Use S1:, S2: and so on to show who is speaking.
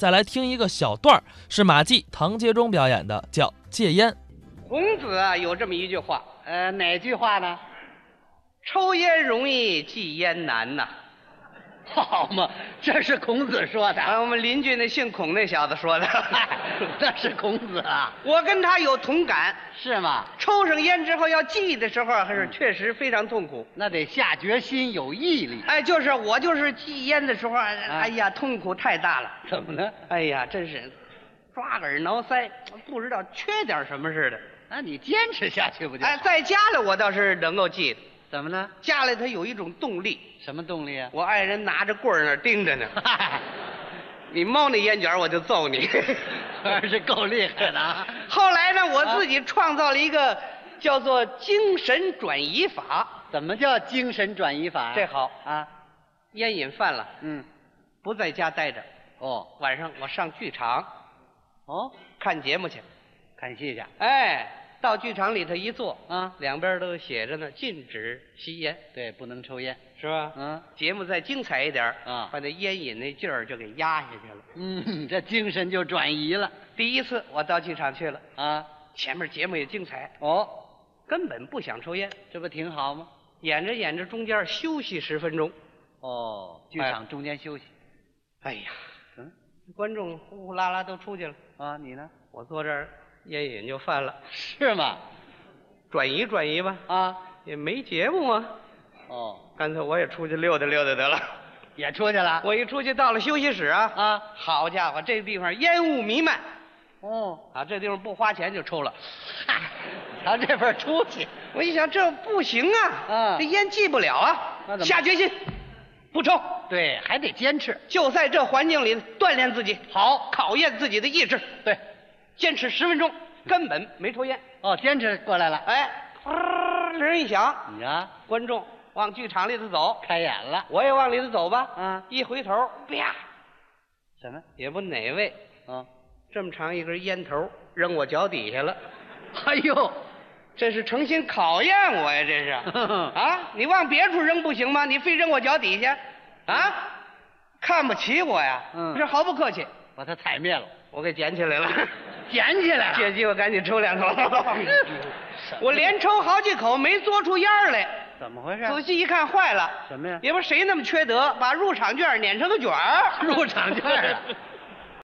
S1: 再来听一个小段儿，是马季、唐杰忠表演的，叫《戒烟》。
S2: 孔子啊有这么一句话，呃，哪句话呢？抽烟容易，戒烟难呐。
S3: 好嘛，这是孔子说的，
S2: 啊，我们邻居那姓孔那小子说 的，
S3: 那是孔子啊，
S2: 我跟他有同感。
S3: 是吗？
S2: 抽上烟之后要戒的时候，还
S3: 嗯
S2: 是确实非常痛苦。
S3: 那得下决心，有毅力。
S2: 哎，就是我就是戒烟的时候，哎
S3: 嗯
S2: 哎呀，痛苦太大了。
S3: 怎么了？
S2: 哎呀，真是抓耳挠腮，不知道缺点什么似的。
S3: 那你坚持下去不就？
S2: 哎，在家里我倒是能够戒的，
S3: 怎么了？
S2: 家里头有一种动力。
S3: 什么动力 啊？
S2: 我爱人拿着棍儿那儿盯着呢，
S3: 嗨，
S2: 你猫那烟卷儿我就揍你。
S3: 还是够厉害的啊！
S2: 后来呢，我自己创造了一个叫做精神转移法，
S3: 怎么叫精神转移法呀？
S2: 这好
S3: 啊，
S2: 烟瘾犯了，
S3: 嗯，
S2: 不在家待着，
S3: 哦
S2: 晚上我上剧场
S3: 哦，
S2: 看节目去。
S3: 看戏去
S2: 哎，到剧场里头一坐，
S3: 啊？
S2: 两边都写着呢，禁止吸烟，
S3: 对，不能抽烟。
S2: 是吧？
S3: 嗯
S2: 节目再精彩一点儿
S3: 啊
S2: 把那烟瘾那劲儿就给压下去了。
S3: 嗯， 这精神就转移了
S2: 第一次我到剧场去了，
S3: 啊。
S2: 前面节目也精彩，
S3: 哦，
S2: 根本不想抽烟，
S3: 这不挺好吗？
S2: 演着演着中间休息十分钟，
S3: 哦，剧
S2: 哎
S3: 场中间休息。
S2: 哎呀，
S3: 嗯
S2: 观众呼呼啦啦都出去了，
S3: 啊，你呢？
S2: 我坐这儿烟瘾就犯了，
S3: 是吗？
S2: 转移转移吧，
S3: 啊，
S2: 也没节目啊，
S3: 哦，
S2: 干脆我也出去溜达溜达得了。
S3: 也出去了。
S2: 我一出去到了休息室啊，
S3: 啊，
S2: 好家伙，这地方烟雾弥漫
S3: 哦，
S2: 啊，这地方不花钱就 抽了。
S3: 哈， 瞧这份出息，
S2: 我一想这不行啊，
S3: 啊
S2: 这烟戒不了
S3: 那
S2: 啊，
S3: 怎么
S2: 下决心不抽，
S3: 对，还得坚持。
S2: 就在这环境里锻炼自己，
S3: 好，
S2: 考验自己的意志，
S3: 对，
S2: 坚持十分钟，根本没抽烟。
S3: 哦，坚持过来了。
S2: 哎，铃一响，
S3: 你啊，
S2: 观众往剧场里头走，
S3: 开眼了。
S2: 我也往里头走吧。
S3: 啊
S2: 一回头，啪，
S3: 什么？
S2: 也不哪位，
S3: 啊，
S2: 这么长一根烟头扔我脚底下了，
S3: 哎呦，
S2: 这是诚心考验我呀， 这是啊！你往别处扔不行吗？你非扔我脚底下，啊？看不起我呀？
S3: 嗯
S2: 这毫不客气，
S3: 把它踩灭了，
S2: 我给捡起来了，
S3: 捡起来
S2: 借
S3: 了。
S2: 机我赶紧抽两口
S3: 什么，
S2: 我连抽好几口没嘬出烟儿来，
S3: 怎么回事
S2: 仔细一看坏了。
S3: 什么呀？
S2: 也不知谁那么缺德，把入场券碾成个卷儿。
S3: 入场券啊